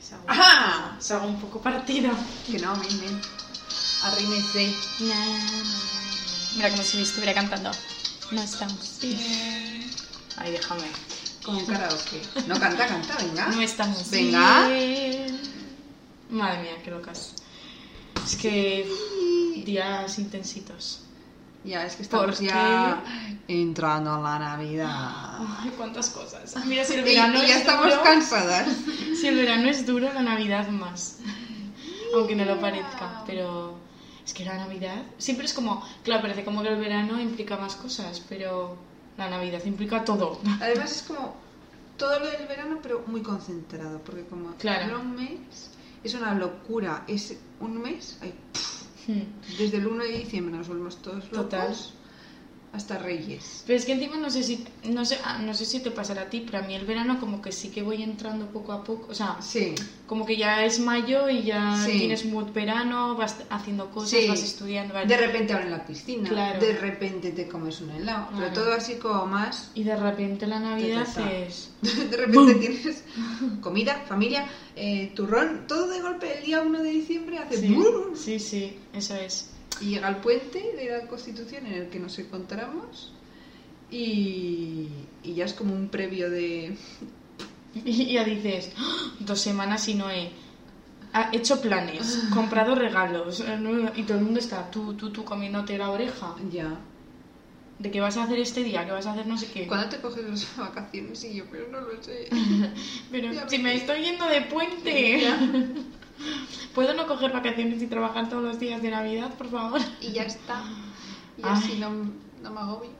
se hago, ¡Ajá! se hago un poco partida. Que no, men, men. Arrímese. Mira, como si me estuviera cantando. No estamos. Ay, déjame. Como un karaoke. No canta, canta, venga. No estamos. Venga. Bien. Madre mía, qué locas. Es que uf, días intensitos. Ya, es que estamos ¿Por ya entrando a la Navidad. Ay, cuántas cosas. Mira, si el Y, verano y es ya estamos duro- cansadas. Si el verano es duro, la Navidad más. Aunque no lo parezca, pero es que la Navidad siempre es como, claro, parece como que el verano implica más cosas, pero la Navidad implica todo. Además es como todo lo del verano, pero muy concentrado, porque como Claro. dura un mes es una locura. Es un mes, ay, Hmm. desde el 1 de diciembre nos volvemos todos locos Total. hasta Reyes. Pero es que encima no sé si no sé, ah, no sé si te pasará a ti, pero a mí el verano como que sí que voy entrando poco a poco, o sea, Sí, como que ya es mayo y ya Sí. tienes mood verano, vas haciendo cosas, Sí. vas estudiando, vas- de repente abren la piscina, Claro. de repente te comes un helado, pero Claro. todo así como más. y de repente la Navidad Total. es De repente tienes comida, familia, eh, turrón, todo de golpe el día 1 de diciembre hace sí, brum, sí, sí, eso es. Y llega el puente de la Constitución en el que nos encontramos y, y ya es como un previo de... Y ya dices, "¡Ah! dos semanas y no he ha hecho planes, Ah. comprado regalos, eh, no- y todo el mundo está tú, tú, tú comiéndote la oreja. Ya. ¿De qué vas a hacer este día? ¿Qué vas a hacer no sé qué? ¿Cuándo te coges las vacaciones? Y yo, pero no lo sé. Pero Ya si ves. me estoy yendo de puente. Ya. ¿Puedo no coger vacaciones y trabajar todos los días de Navidad, por favor? Y ya está. Y Ay. así no, no me agobio.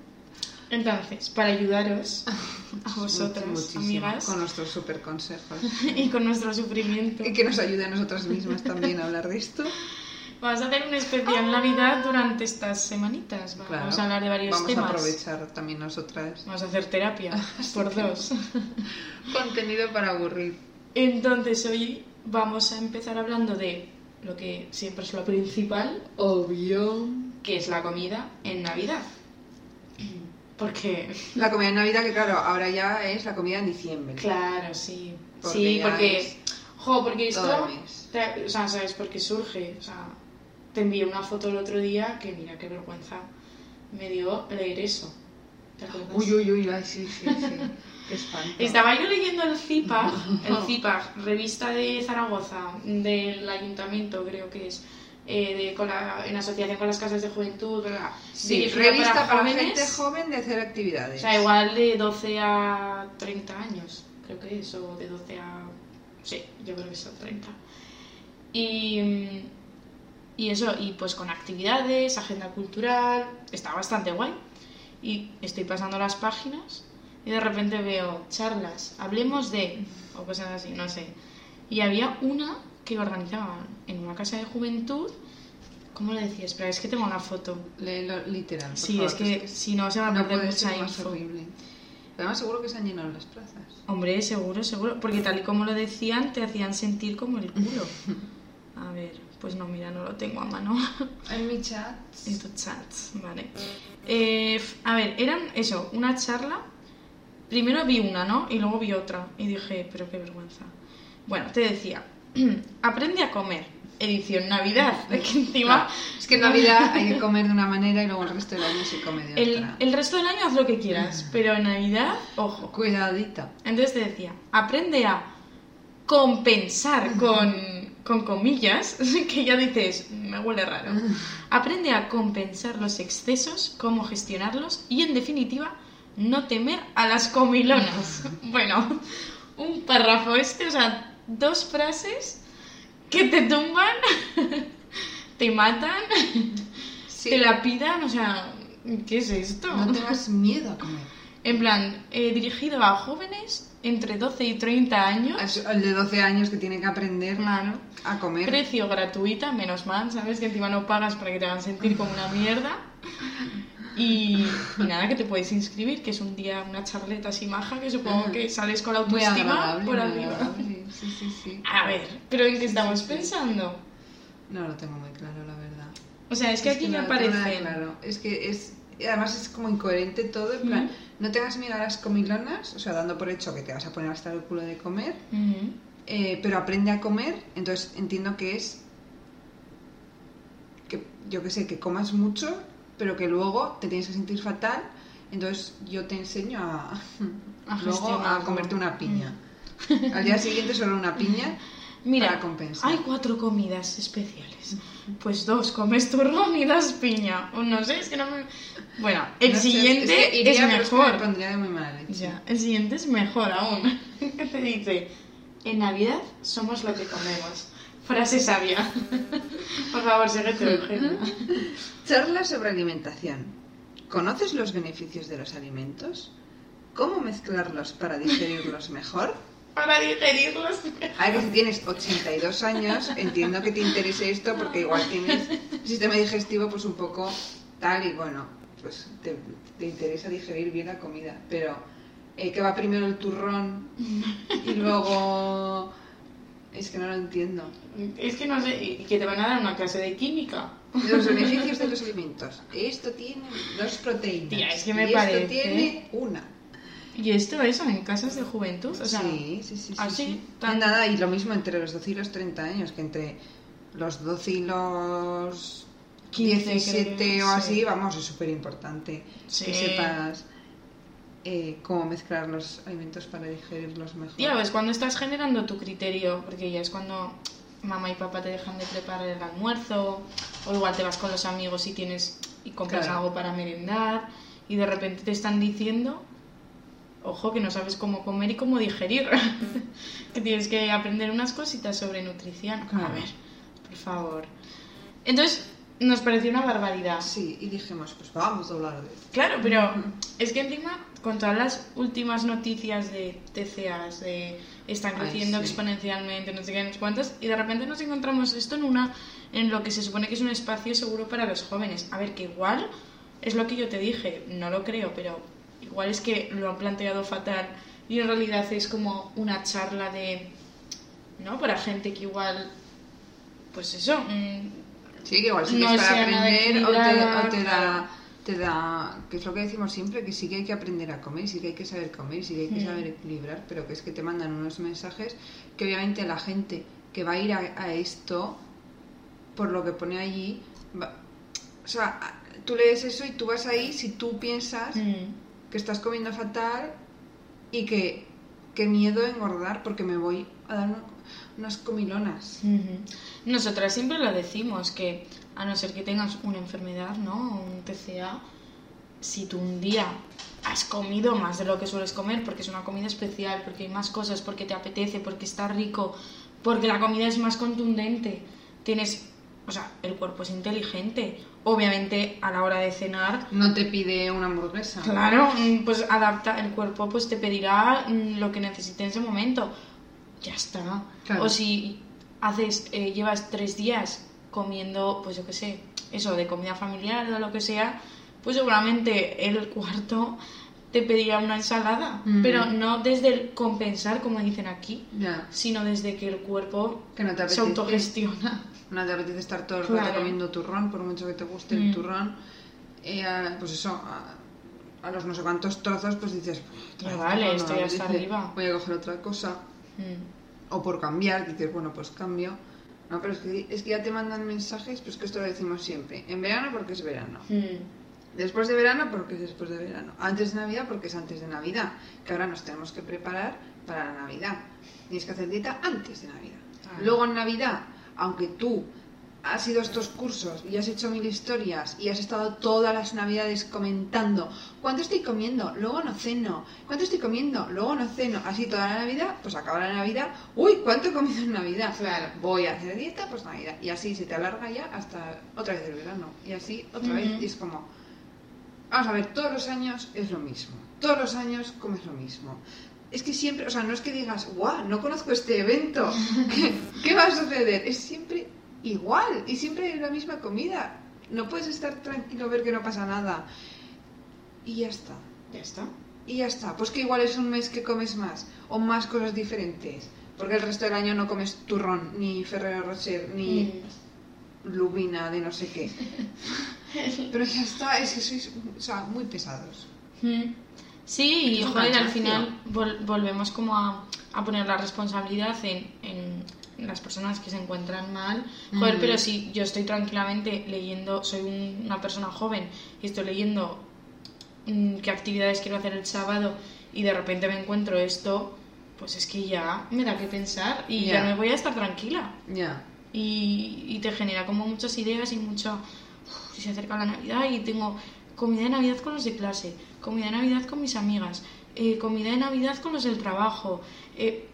Entonces, para ayudaros, a vosotras, Muchísimo, amigas, Con nuestros super consejos. y con nuestro sufrimiento, y que nos ayude a nosotras mismas también a hablar de esto. vamos a hacer un especial Navidad durante estas semanitas. ¿va? Ah. Claro. Vamos a hablar de varios Vamos temas. a aprovechar también nosotras. Vamos a hacer terapia por dos. Contenido para aburrir. Entonces, hoy vamos a empezar hablando de lo que siempre es lo principal, Obvio. que es la comida en Navidad. Porque La comida de Navidad, que claro, ahora ya es la comida en diciembre. Claro, sí. Porque sí, ya porque. es Jo, porque todo esto. el mes. te- O sea, ¿sabes por qué surge? O sea, te envié una foto el otro día que, mira, qué vergüenza me dio leer eso. ¿Te acuerdas? Uy, uy, uy, ay, sí, sí, sí. Qué espanto. Estaba yo leyendo el CIPAG, el CIPAG, revista de Zaragoza, del ayuntamiento, creo que es, eh, de- con la- en asociación con las casas de juventud, ¿verdad? Sí, Dirigida revista para, jóvenes, gente joven de hacer actividades. O sea, igual de 12 a 30 años, creo que es, o de 12 a... Sí, yo creo que son 30. Y, mm, y eso, y pues con actividades, agenda cultural, está bastante guay. Y estoy pasando las páginas y de repente veo charlas, hablemos de, o cosas así, no sé. Y había una que organizaban en una casa de juventud, ¿cómo le decía? Espera, es que tengo una foto. Léelo literal. por Sí, favor, es que si no se va a no perder puede mucha ser más info. horrible. Además, seguro que se han llenado las plazas. Hombre, seguro, seguro. Porque tal y como lo decían, te hacían sentir como el culo. A ver, pues no, mira, no lo tengo a mano. En mi chat. En tu chats, vale. Eh, f- a ver, eran eso, una charla. Primero vi una, ¿no? Y luego vi otra. Y dije, pero qué vergüenza. Bueno, te decía, aprende a comer. Edición Navidad. Que encima. Claro, Es que en Navidad hay que comer de una manera y luego el resto del año se come de El, otra. el resto del año haz lo que quieras, pero en Navidad, ojo. Cuidadita. Entonces te decía, aprende a compensar con, con comillas, que ya dices, "Mm, me huele raro. Aprende a compensar los excesos, cómo gestionarlos y, en definitiva, no temer a las comilonas. Bueno, un párrafo este, o sea, dos frases que te tumban, te matan, Sí. te lapidan, o sea, ¿qué es esto? No tengas miedo a comer. En plan, eh, dirigido a jóvenes entre 12 y 30 años. Es El de 12 años que tiene que aprender Claro. a comer. Precio gratuita, menos mal, ¿sabes? Que encima no pagas para que te hagan sentir como una mierda. Y, y nada, que te puedes inscribir, que es un día una charleta así maja, que supongo que sales con la Muy autoestima agradable. por muy arriba. agradable. Sí, sí, sí. A ver, pero ¿en qué estamos pensando? No lo tengo muy claro, la verdad. O sea, es que aquí no me lo tengo nada aparecen... Claro, es que es. y Además es como incoherente todo, en plan, Ujú. no tengas miedo a las comilonas, o sea, dando por hecho que te vas a poner hasta el culo de comer, Ujú. eh, pero aprende a comer, entonces entiendo que es que yo que sé, que comas mucho, pero que luego te tienes que sentir fatal, entonces yo te enseño a, A Mm. luego a gestionarlo. comerte una piña. Al día siguiente solo una piña Mira, para compensar. hay cuatro comidas especiales. Pues dos, comes turrón y das piña. O no sé, es que no me... Bueno, el No sé, siguiente es, que iría, pero que mejor. me pondría de muy mala leche. Ya, el siguiente es mejor aún. ¿Qué te dice? En Navidad somos lo que comemos. Frase sabia. Por favor, síguete, Eugenia. Charla sobre alimentación. ¿Conoces los beneficios de los alimentos? ¿Cómo mezclarlos para digerirlos mejor? Para digerirlos. A ver, si tienes 82 años, entiendo que te interese esto porque igual tienes sistema digestivo pues un poco tal y bueno, pues te, te interesa digerir bien la comida. Pero eh, que va primero el turrón y luego... Es que no lo entiendo. Es que no sé, y que te van a dar una clase de química. Los beneficios de los alimentos. Esto tiene dos proteínas. Tía, es que me y parece- Esto tiene una. Y esto es en casas de juventud, o sea, sí, sí, sí, sí, así, sí. tan- Nada, y lo mismo entre los 12 y los 30 años, que entre los 12 y los 15 creo, 17 o sí. así, vamos, es súper importante Sí. que sepas eh, cómo mezclar los alimentos para digerirlos mejor. Tío, es cuando estás generando tu criterio, porque ya es cuando mamá y papá te dejan de preparar el almuerzo, o igual te vas con los amigos y tienes y compras Claro. algo para merendar, y de repente te están diciendo, ojo, que no sabes cómo comer y cómo digerir, que tienes que aprender unas cositas sobre nutrición. A Claro. ver, por favor. Entonces, nos pareció una barbaridad. Mm. Sí, y dijimos, pues vamos a hablar de esto. Claro, pero es que encima, con todas las últimas noticias de TCAs, de están Ay, creciendo sí. exponencialmente, no sé qué, no sé cuántas, y de repente nos encontramos esto en una en lo que se supone que es un espacio seguro para los jóvenes. A ver, que igual es lo que yo te dije, no lo creo, pero igual es que lo han planteado fatal y en realidad es como una charla de, ¿no? Para gente que igual, pues eso, mm, Sí, que igual sí que No es para sea nada aprender o te, equilibrada, o te claro. da, te da, que es lo que decimos siempre, que sí que hay que aprender a comer, sí que hay que saber comer, sí que hay que Mm. saber equilibrar, pero que es que te mandan unos mensajes que obviamente la gente que va a ir a, a esto, por lo que pone allí, va- o sea, a- tú lees eso y tú vas ahí si tú piensas mm, que estás comiendo fatal y que, que miedo engordar porque me voy a dar una- unas comilonas. Ujú. Nosotras siempre lo decimos, que a no ser que tengas una enfermedad, ¿no? O Un TCA, si tú un día has comido más de lo que sueles comer, porque es una comida especial, porque hay más cosas, porque te apetece, porque está rico, porque la comida es más contundente, tienes, o sea, el cuerpo es inteligente. Obviamente a la hora de cenar No te pide una hamburguesa. Claro, mm, pues adapta, el cuerpo pues te pedirá mm, lo que necesite en ese momento. Ya está. Claro. O si haces, eh, llevas tres días comiendo, pues yo qué sé, eso, de comida familiar o lo que sea, pues seguramente el cuarto te pedirá una ensalada. Mm. Pero no desde el compensar, como dicen aquí, Ya. sino desde que el cuerpo Que no te se apetece. autogestiona. No te apetece estar todo el Claro. rato comiendo turrón, por mucho que te guste Mm. el turrón. eh, a- pues eso, a, a los no sé cuántos trozos, pues dices. Ya "Ay, vale, no, no, esto no", ya está dices, arriba. Voy a coger otra cosa. Mm. O por cambiar, dices, bueno, pues cambio. No, pero es que, es que ya te mandan mensajes, pues que esto lo decimos siempre. En verano porque es verano. Mm. Después de verano porque es después de verano. Antes de Navidad porque es antes de Navidad. Que ahora nos tenemos que preparar para la Navidad. Tienes que hacer dieta antes de Navidad. Ah. Luego en Navidad, aunque tú has ido a estos cursos y has hecho mil historias y has estado todas las Navidades comentando cuánto estoy comiendo, luego no ceno, cuánto estoy comiendo, luego no ceno, así toda la Navidad, pues acaba la Navidad, uy, cuánto he comido en Navidad, Claro. voy a hacer dieta, pues Navidad, y así se te alarga ya hasta otra vez el verano, y así otra vez, Ujú. y es como, Vamos a ver, todos los años es lo mismo. Todos los años comes lo mismo. Es que siempre, o sea, no es que digas, guau, no conozco este evento. ¿Qué, qué va a suceder? Es siempre igual y siempre la misma comida. No puedes estar tranquilo, ver que no pasa nada. Y ya está. Ya está. Y ya está. Pues que igual es un mes que comes más o más cosas diferentes. Porque el resto del año no comes turrón, ni Ferrero Rocher, ni Mm. lubina de no sé qué. Pero ya está, es que sois o sea, muy pesados. Mm. Sí, y Es un joder, al cansancio. final vol- volvemos como a a poner la responsabilidad en, en las personas que se encuentran mal. Joder, Mm. pero si yo estoy tranquilamente leyendo, soy un- una persona joven y estoy leyendo mm, qué actividades quiero hacer el sábado y de repente me encuentro esto, pues es que ya me da que pensar y Ya. ya no voy a estar tranquila Ya. y, y te genera como muchas ideas y mucho "Uf, se acerca la Navidad y tengo comida de Navidad con los de clase, comida de Navidad con mis amigas, eh, comida de Navidad con los del trabajo. eh,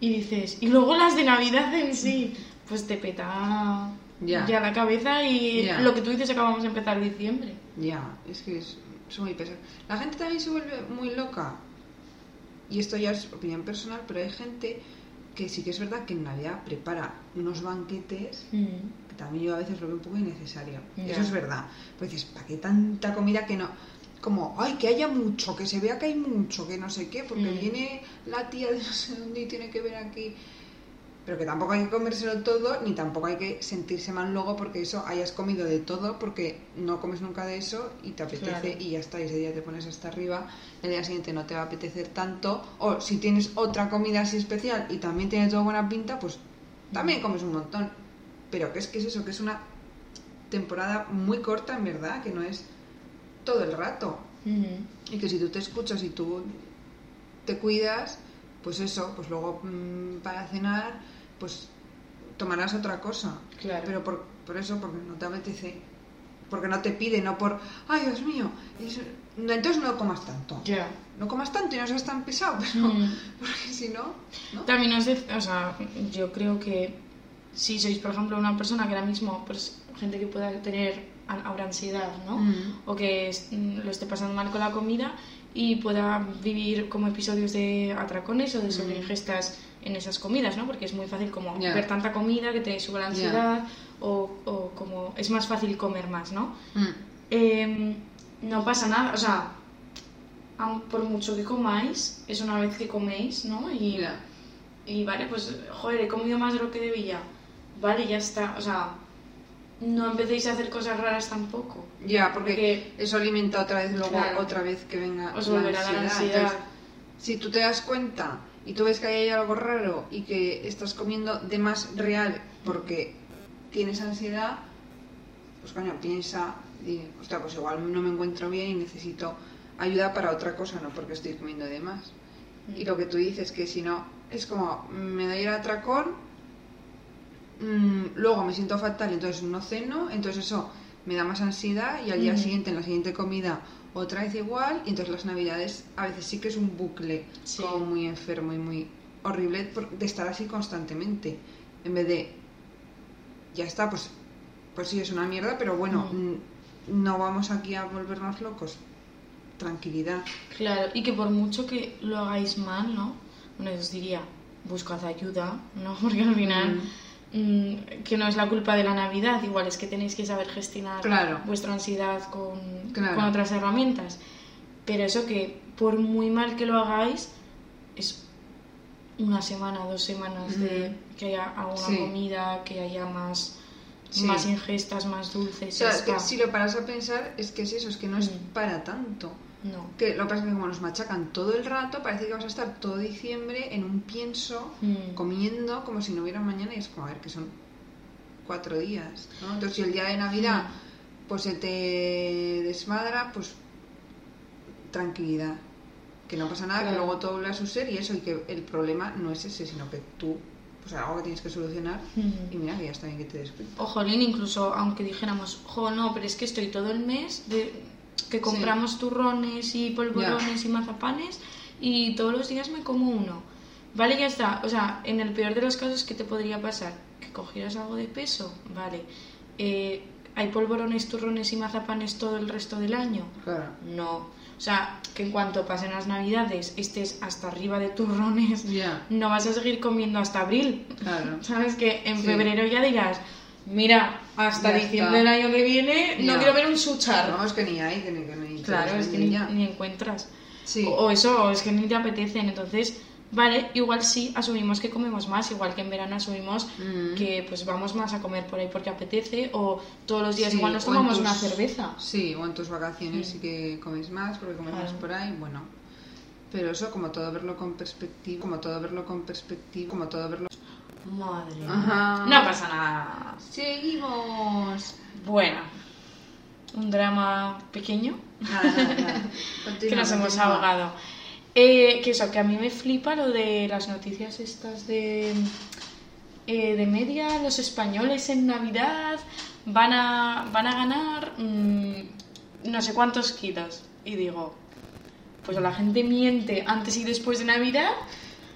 y dices, y luego las de Navidad en sí, pues te peta Ya. ya la cabeza y Ya. lo que tú dices acabamos de empezar diciembre. Ya, es que es, es muy pesado. La gente también se vuelve muy loca. Y esto ya es opinión personal, pero hay gente que sí que es verdad que en Navidad prepara unos banquetes que también yo a veces lo veo un poco innecesario. Ya. Eso es verdad. Pero dices, ¿para qué tanta comida que no? Como, ay, que haya mucho, que se vea que hay mucho, que no sé qué, porque Mm. viene la tía de no sé dónde y tiene que ver aquí. Pero que tampoco hay que comérselo todo, ni tampoco hay que sentirse mal luego porque eso hayas comido de todo, porque no comes nunca de eso y te apetece Claro. y ya está. Y ese día te pones hasta arriba, el día siguiente no te va a apetecer tanto. O si tienes otra comida así especial y también tiene toda buena pinta, pues también comes un montón. Pero que es que es eso, que es una temporada muy corta en verdad, que no es todo el rato. Y que si tú te escuchas y tú te cuidas, pues eso, pues luego mm, para cenar, pues tomarás otra cosa. Claro. Pero por, por eso, porque no te apetece, porque no te pide, no por, ay Dios mío, es- no, entonces no comas tanto. Ya. No comas tanto y no seas tan pesado, pero Mm. porque si no, ¿no? También os dec- o sea, yo creo que si sois, por ejemplo, una persona que ahora mismo, pues gente que pueda tener a- ahora ansiedad, ¿no? Mm. O que es- mm, lo esté pasando mal con la comida y pueda vivir como episodios de atracones Mm. o de sobreingestas en esas comidas, ¿no? Porque es muy fácil como Ya. ver tanta comida que te sube la Ya. ansiedad o, o como es más fácil comer más, ¿no? Mm. Em, no pasa nada, o sea, aun por mucho que comáis, es una vez que coméis, ¿no? Y Mira, y vale, pues joder, he comido más de lo que debía. Vale, ya está. O sea, no empecéis a hacer cosas raras tampoco. ya, porque, Porque- eso alimenta otra vez luego, Claro. otra vez que venga Os volverá la ansiedad. Entonces, si tú te das cuenta y tú ves que ahí hay algo raro y que estás comiendo de más real porque tienes ansiedad, pues coño, piensa, y, "Ostras, pues igual no me encuentro bien y necesito ayuda para otra cosa, no porque estoy comiendo de más. Mm. Y lo que tú dices, que si no, es como, me doy el atracón, mm, luego me siento fatal, entonces no ceno, entonces eso me da más ansiedad y al día Mm. siguiente, en la siguiente comida, otra vez igual, y entonces las navidades a veces sí que es un bucle, Sí. como muy enfermo y muy horrible por- de estar así constantemente, en vez de, ya está, pues, pues sí, es una mierda, pero bueno, Mm. mm, no vamos aquí a volvernos locos, tranquilidad. Claro, y que por mucho que lo hagáis mal, ¿no? Bueno, yo os diría, buscad ayuda, ¿no? Porque al final, mm, que no es la culpa de la Navidad, igual es que tenéis que saber gestionar Claro. vuestra ansiedad con, Claro. con otras herramientas. Pero eso que, por muy mal que lo hagáis, es una semana, dos semanas de que haya alguna Sí. comida, que haya más, Sí. más ingestas, más dulces. O sea, ya es que está. si lo paras a pensar, es que es eso, es que no es Mm. para tanto. No. Que lo que pasa es que como nos machacan todo el rato, parece que vas a estar todo diciembre en un pienso, Mm. comiendo como si no hubiera mañana, y es como, a ver, que son cuatro días, ¿no? Entonces, si el día de Navidad, pues se te desmadra, pues tranquilidad. Que no pasa nada, que Claro. luego todo vuelve a su ser y eso, y que el problema no es ese, sino que tú, pues algo que tienes que solucionar, Mm. y mira, que ya está bien que te des cuenta. O Oh, jolín, incluso aunque dijéramos, jo, no, pero es que estoy todo el mes de que compramos turrones y polvorones y mazapanes y todos los días me como uno. Vale, ya está. O sea, en el peor de los casos, ¿qué te podría pasar? Que cogieras algo de peso, vale. Eh, ¿Hay polvorones, turrones y mazapanes todo el resto del año? Claro. No. O sea, que en cuanto pasen las navidades estés hasta arriba de turrones, Ya, no vas a seguir comiendo hasta abril. claro. Sabes que en Sí. febrero ya dirás, mira, hasta Ya diciembre está. del año que viene no Ya. quiero ver un suchar. No, es que ni hay, que ni, que ni Claro, es que ni, niña. ni encuentras. Sí, O eso, o es que ni te apetecen. Entonces, vale, igual sí asumimos que comemos más, igual que en verano asumimos Mm. que pues vamos más a comer por ahí porque apetece, o todos los días Sí, igual nos o en tomamos una tus- cerveza. sí, o en tus vacaciones Sí. sí que comes más, porque comes Claro. más por ahí, bueno. Pero eso, como todo verlo con perspectiva, como todo verlo con perspectiva, como todo verlo. Madre. Ajá. No pasa nada. Seguimos. Bueno. Un drama pequeño Nada, nada, nada. que Continúa, nos hemos continúa. ahogado. Eh, que eso, que a mí me flipa lo de las noticias estas de, eh, de media, los españoles en Navidad van a, van a ganar mm, no sé cuántos kilos. Y digo, pues o la gente miente antes y después de Navidad.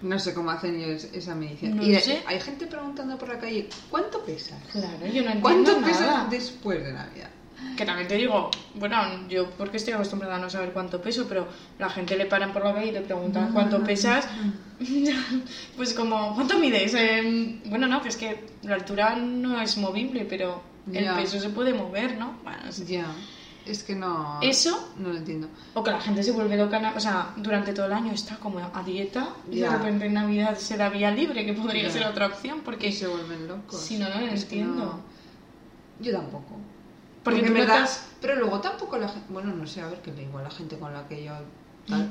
No sé cómo hacen ellos esa medición. No y hay- sé. hay gente preguntando por la calle, ¿cuánto pesas? Claro, yo no entiendo ¿Cuánto nada. pesas después de Navidad? Que también te digo, bueno, yo porque estoy acostumbrada a no saber cuánto peso, pero la gente le paran por la calle y le preguntan cuánto pesas. pues como, ¿cuánto mides? Em, bueno, no, que es que la altura no es movible, pero el Ya. peso se puede mover, ¿no? Bueno, no sé. Ya. Es que no. Eso, No lo entiendo. o que la gente se vuelve loca, na- o sea, durante todo el año está como a dieta y Ya. de repente en Navidad se da vía libre, que podría Ya. ser otra opción, Que porque se vuelven locos. si no, no lo Es que entiendo. no. Yo tampoco. Porque, Porque tú en no verdad. estás- Pero luego tampoco la gente. Bueno, no sé, a ver, que le igual la gente con la que yo. Tal.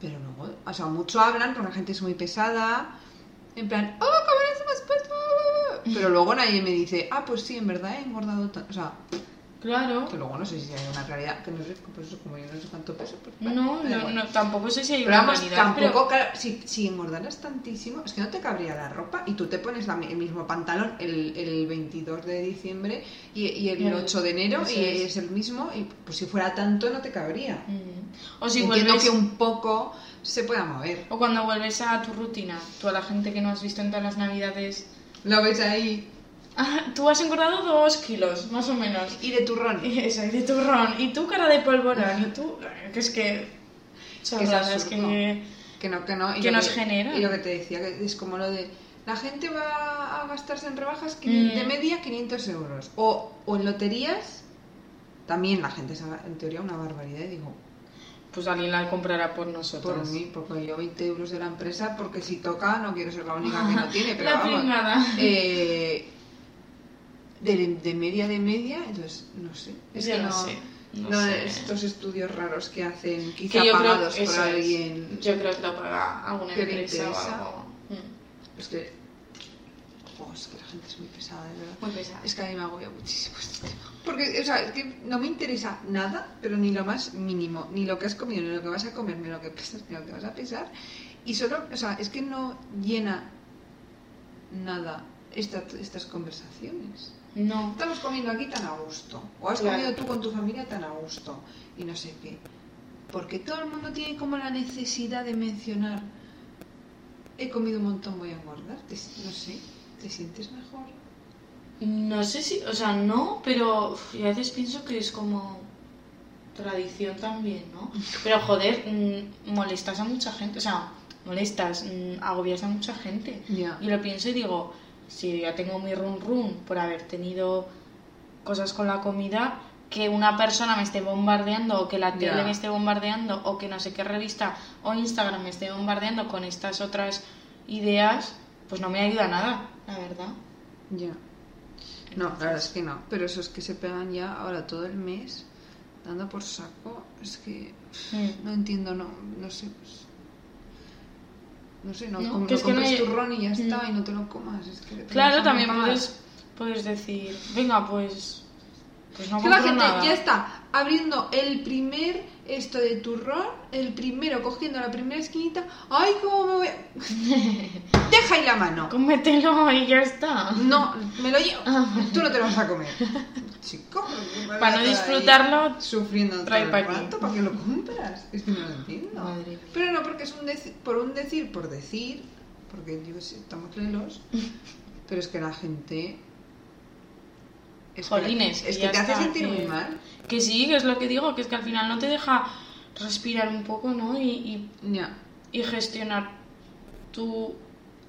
Pero luego. O sea, mucho hablan, pero la gente es muy pesada. En plan, ¡oh, cabrón, es más puesto! Pero luego nadie me dice, ah, pues sí, en verdad he engordado tanto. O sea, Claro. que luego no sé si hay una realidad. Que no sé, pues eso, como yo no sé cuánto peso. Pues, bueno, No, me da no, igual. no, tampoco sé si hay Pero una vamos, realidad, pero- tampoco, claro, si, si engordaras tantísimo, es que no te cabría la ropa y tú te pones la mi- el mismo pantalón el, el 22 de diciembre y, y el El- 8 de enero eso y es. es. el mismo y pues si fuera tanto no te cabría. Mm. O si Entiendo vuelves, que un poco se pueda mover. o cuando vuelves a tu rutina, tú a la gente que no has visto en todas las navidades, Lo ves ahí. "Ah, tú has engordado dos kilos, más o menos. Y de turrón. Y Eso, y de turrón, y tú cara de polvorón, y tú, que es que... chorradas absurdo. que- Que no, que no. y Que lo nos genera. Y lo que te decía, que es como lo de. La gente va a gastarse en rebajas quin- Mm. de media 500 euros. O, o en loterías, también la gente se haga- en teoría una barbaridad. Y digo, Pues alguien la comprará por nosotros. por mí, porque yo 20 euros de la empresa, porque si toca no quiero ser la única que no tiene, pero La vamos. primada. eh, de, de media de media, entonces no sé. Es Yo que no no, sé, no no sé. estos estudios raros que hacen, Que quizá yo creo- pagados por eso es. alguien. Yo creo que lo paga alguna que le empresa o interesa. algo. Mm. Es que. Oh, es que la gente es muy pesada, de verdad. Muy pesado. Es que a mí me agobia muchísimo este tema. Porque, o sea, es que no me interesa nada, pero ni lo más mínimo. Ni lo que has comido, ni lo que vas a comer, ni lo que pesas, ni lo que vas a pesar. Y solo, o sea, es que no llena nada esta- estas conversaciones. No. Estamos comiendo aquí tan a gusto. O has Claro. comido tú con tu familia tan a gusto. Y no sé qué. Porque todo el mundo tiene como la necesidad de mencionar. He comido un montón, voy a engordar. Te- no sé. ¿Te sientes mejor? No sé si, o sea, no, pero uf, yo a veces pienso que es como tradición también, ¿no? Pero joder, mm, molestas a mucha gente, o sea, molestas, mm, agobias a mucha gente. Ya. Yo lo pienso y digo, si yo ya tengo mi run run por haber tenido cosas con la comida, que una persona me esté bombardeando o que la tele Ya. me esté bombardeando o que no sé qué revista o Instagram me esté bombardeando con estas otras ideas, pues no me ayuda nada, la verdad. Ya. No, la verdad es que no. Pero esos que se pegan ya ahora todo el mes, dando por saco, es que Mm. no entiendo, no, no sé. pues, no sé, no, No, com- que no es que no compres hay- turrón y ya está, Mm. y no te lo comas. Es que te lo vas Claro, a también pues, acabar. puedes, puedes decir, venga, pues, pues no Que la compro gente nada. ya está abriendo el primer esto de turrón, el primero cogiendo la primera esquinita. ¡Ay, cómo me voy! a- Deja ahí la mano. Cómetelo y ya está. No, me lo llevo. Tú no te lo vas a comer. Chico, Ah, Para no disfrutarlo, Sufriendo trae todo pa' el aquí. rato, ¿para qué lo compras? Es que no lo entiendo. Madre mía. Pero no, porque es un deci- por un decir, por decir, porque digo, sí, estamos lelos, pero es que la gente. Es que la- Jolines, es que que ya te hace está, sentir muy que- mal. que sí, que es lo que digo, que es que al final no te deja respirar un poco, ¿no? Y, y- Ya. y gestionar tu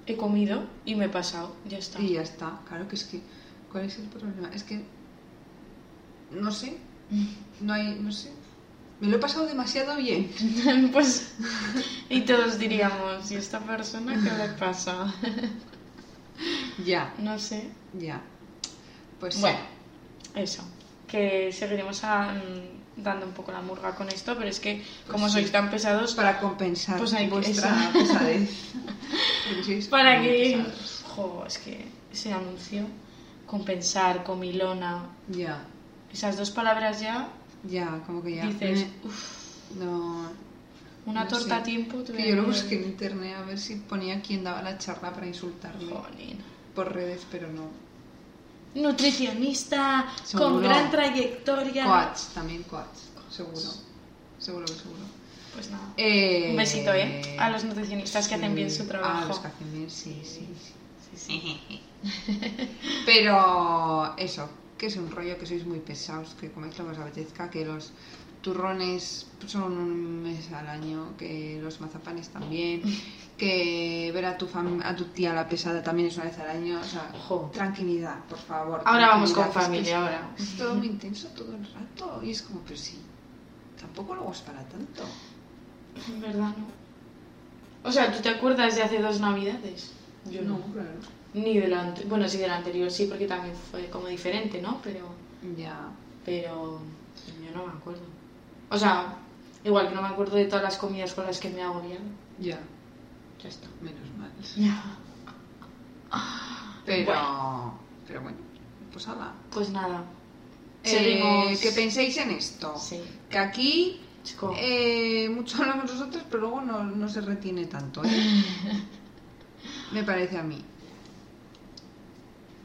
he comido y me he pasado, ya está. Y ya está, claro que es que. ¿Cuál es el problema? Es que. No sé. No hay. No sé. Me lo he pasado demasiado bien. pues, y todos diríamos, ¿y esta persona qué le pasa? Ya, no sé. ya. Pues sí. Bueno, eso. Que seguiremos a- mm, dando un poco la murga con esto, pero es que como Pues sí. sois tan pesados, Para compensar Pues hay que- vuestra esa. pesadez. Porque sois pues para muy que... pesados. Jo, es que ese anuncio, compensar, comilona, Ya, esas dos palabras ya, ya, como que ya. dices, eh, uff, No. una no torta sé. a tiempo. te voy Que a yo lo poner- busqué en internet a ver si ponía quién daba la charla para insultarme Jolín. por redes, pero no. Nutricionista, Seguro. con gran trayectoria. Coats, también Coats, seguro. Seguro que seguro. Pues nada. Eh, Un besito, ¿eh? A los nutricionistas que hacen sí, bien su trabajo. A los que hacen bien, sí, sí. Sí, sí. Pero eso, que es un rollo, que sois muy pesados, que coméis lo que os apetezca, que los turrones son un mes al año, que los mazapanes también, que ver a tu, fam- a tu tía la pesada también es una vez al año. O sea, Jo. tranquilidad, por favor. Ahora vamos con tranquilidad, que es que familia, ahora. Es todo muy intenso todo el rato. Y es como, pero sí, tampoco luego es para tanto. En verdad no. O sea, ¿tú te acuerdas de hace dos navidades? claro. Ni del anterior. Bueno, sí, del anterior sí, porque también fue como diferente, ¿no? Pero. Ya. Pero. Yo no me acuerdo. O sea, igual que no me acuerdo de todas las comidas con las que me hago bien. Ya, Ya está. menos mal. Ya. Pero pero bueno, pues nada. Pues nada. Eh, que penséis en esto. Sí. Que aquí Chico. eh, mucho hablamos nosotros, pero luego no, no se retiene tanto. ¿eh? Me parece a mí.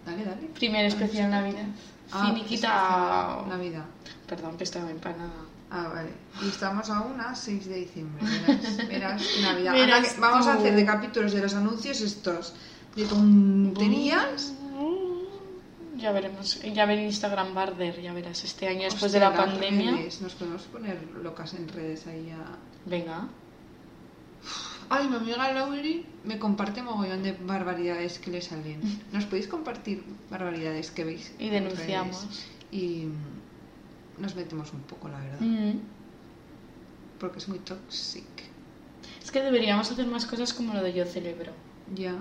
Dale, dale. Primer especial Navidad. Ah, Finiquita. especial Navidad. Perdón, que estaba empanada. Ah, vale. Y estamos aún a 6 de diciembre. Verás, verás que Navidad. Verás Ahora que- vamos a tú. hacer de capítulos de los anuncios estos. De tonterías. Mm, Ya veremos. Ya ver Instagram Barder, ya verás. Este año después de la Hostia, las pandemia. redes. Nos podemos poner locas en redes ahí a... Venga. Ay, mi amiga Lauri me comparte mogollón de barbaridades que le salen. ¿Nos podéis compartir barbaridades que veis? Y en denunciamos. redes? Y mm, nos metemos un poco, la verdad. Mm. Porque es muy toxic. Es que deberíamos hacer más cosas como lo de yo celebro. Ya.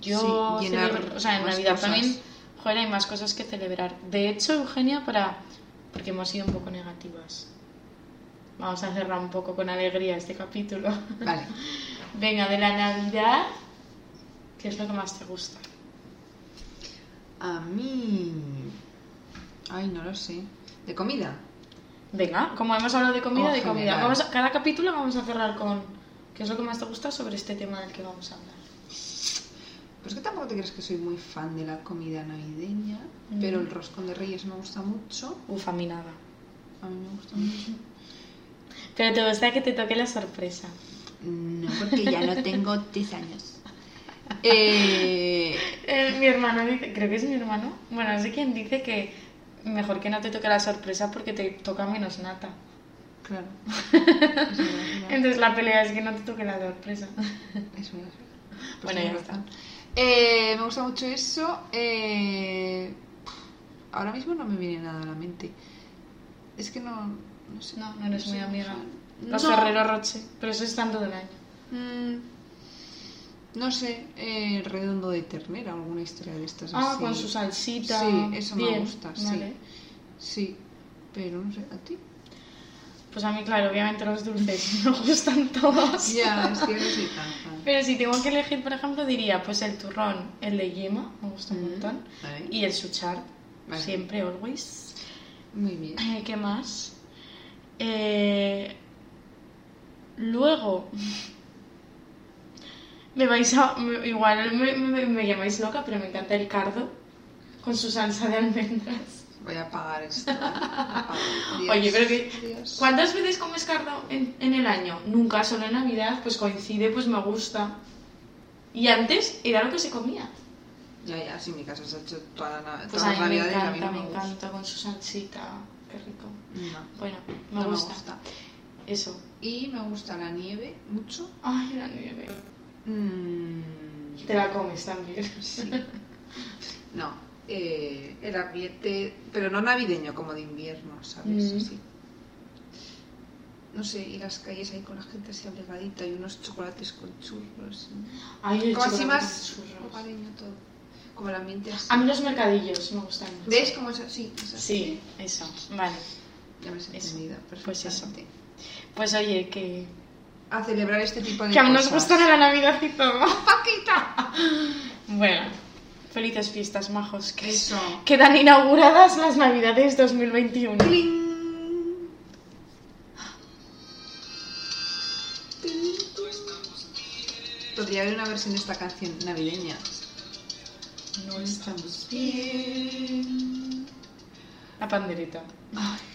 Yo Sí, llenar celebro, o sea, en más Navidad cosas. también, joder, hay más cosas que celebrar. De hecho, Eugenia, para porque hemos sido un poco negativas. Vamos a cerrar un poco con alegría este capítulo. Vale. Venga, de la Navidad, ¿qué es lo que más te gusta? A mí... Ay, no lo sé. ¿De comida? Venga, Oh, como hemos hablado de comida, En de comida. general. Vamos a- cada capítulo vamos a cerrar con qué es lo que más te gusta sobre este tema del que vamos a hablar. Pues que tampoco te crees que soy muy fan de la comida navideña, Mm. pero el roscón de reyes me gusta mucho. Uf, a mí nada. A mí me Mm. gusta mucho. Pero te gusta que te toque la sorpresa. No, porque ya no tengo 10 años. Eh, mi hermano dice, creo que es mi hermano. Bueno, no sé quién dice que mejor que no te toque la sorpresa porque te toca menos nata. claro. Pues Entonces la pelea es que no te toque la sorpresa. Eso ya Bueno, Pues ya está. Eh, me gusta mucho eso. eh, ahora mismo no me viene nada a la mente. Es que no, no sé. No, no eres soy muy amiga. fan. Los No. Ferrero Roche, pero eso es tanto del año. Mm, no sé, eh, redondo de ternera, alguna historia de estas Ah, así. con su salsita. Sí, eso me Bien, gusta, sí. vale. Sí, pero no sé, ¿a ti? Pues a mí, claro, obviamente los dulces me gustan todos. Ya, es que no soy tan fan. Pero si tengo que elegir, por ejemplo, diría pues el turrón, el de yema, me gusta un Mm, montón. vale. Y el suchar, Vale. siempre, always. Muy bien. Eh, ¿Qué más? Eh, luego, me vais a... me- igual me, me- me llamáis loca, pero me encanta el cardo con su salsa de almendras. Voy a apagar esto. Apago. Dios, Oye, pero que- Dios. ¿Cuántas veces comes cardo en, en el año? Nunca, solo en Navidad, pues coincide, pues me gusta. Y antes era lo que se comía. Ya, ya, sí, en mi casa se ha hecho toda la Navidad. Pues a mí me encanta, me encanta con su salsita. Qué rico. Bueno, me, no gusta. me gusta. Eso. Y me gusta la nieve mucho. Ay, la nieve. Mm, Te la comes también. sí. No, eh, el ambiente, pero no navideño, como de invierno, ¿sabes? Mm. Así. No sé, y las calles ahí con la gente así abrigadita y unos chocolates con churros. ¿no? Ay, el Como así chocolate más con churros. hogareño todo. Como el ambiente así. A mí los mercadillos me gustan mucho. ¿Veis cómo es así? Es así. Sí, eso. Vale. Ya me has Eso. entendido. Pues eso. perfectamente. Pues oye, que, A celebrar este tipo de que aún nos cosas. gustará la Navidad y todo. ¡Paquita! Bueno, felices fiestas, majos. Que Eso. quedan inauguradas las Navidades 2021. ¡Cling! Podría haber una versión de esta canción navideña. No estamos bien. La pandereta. Ay,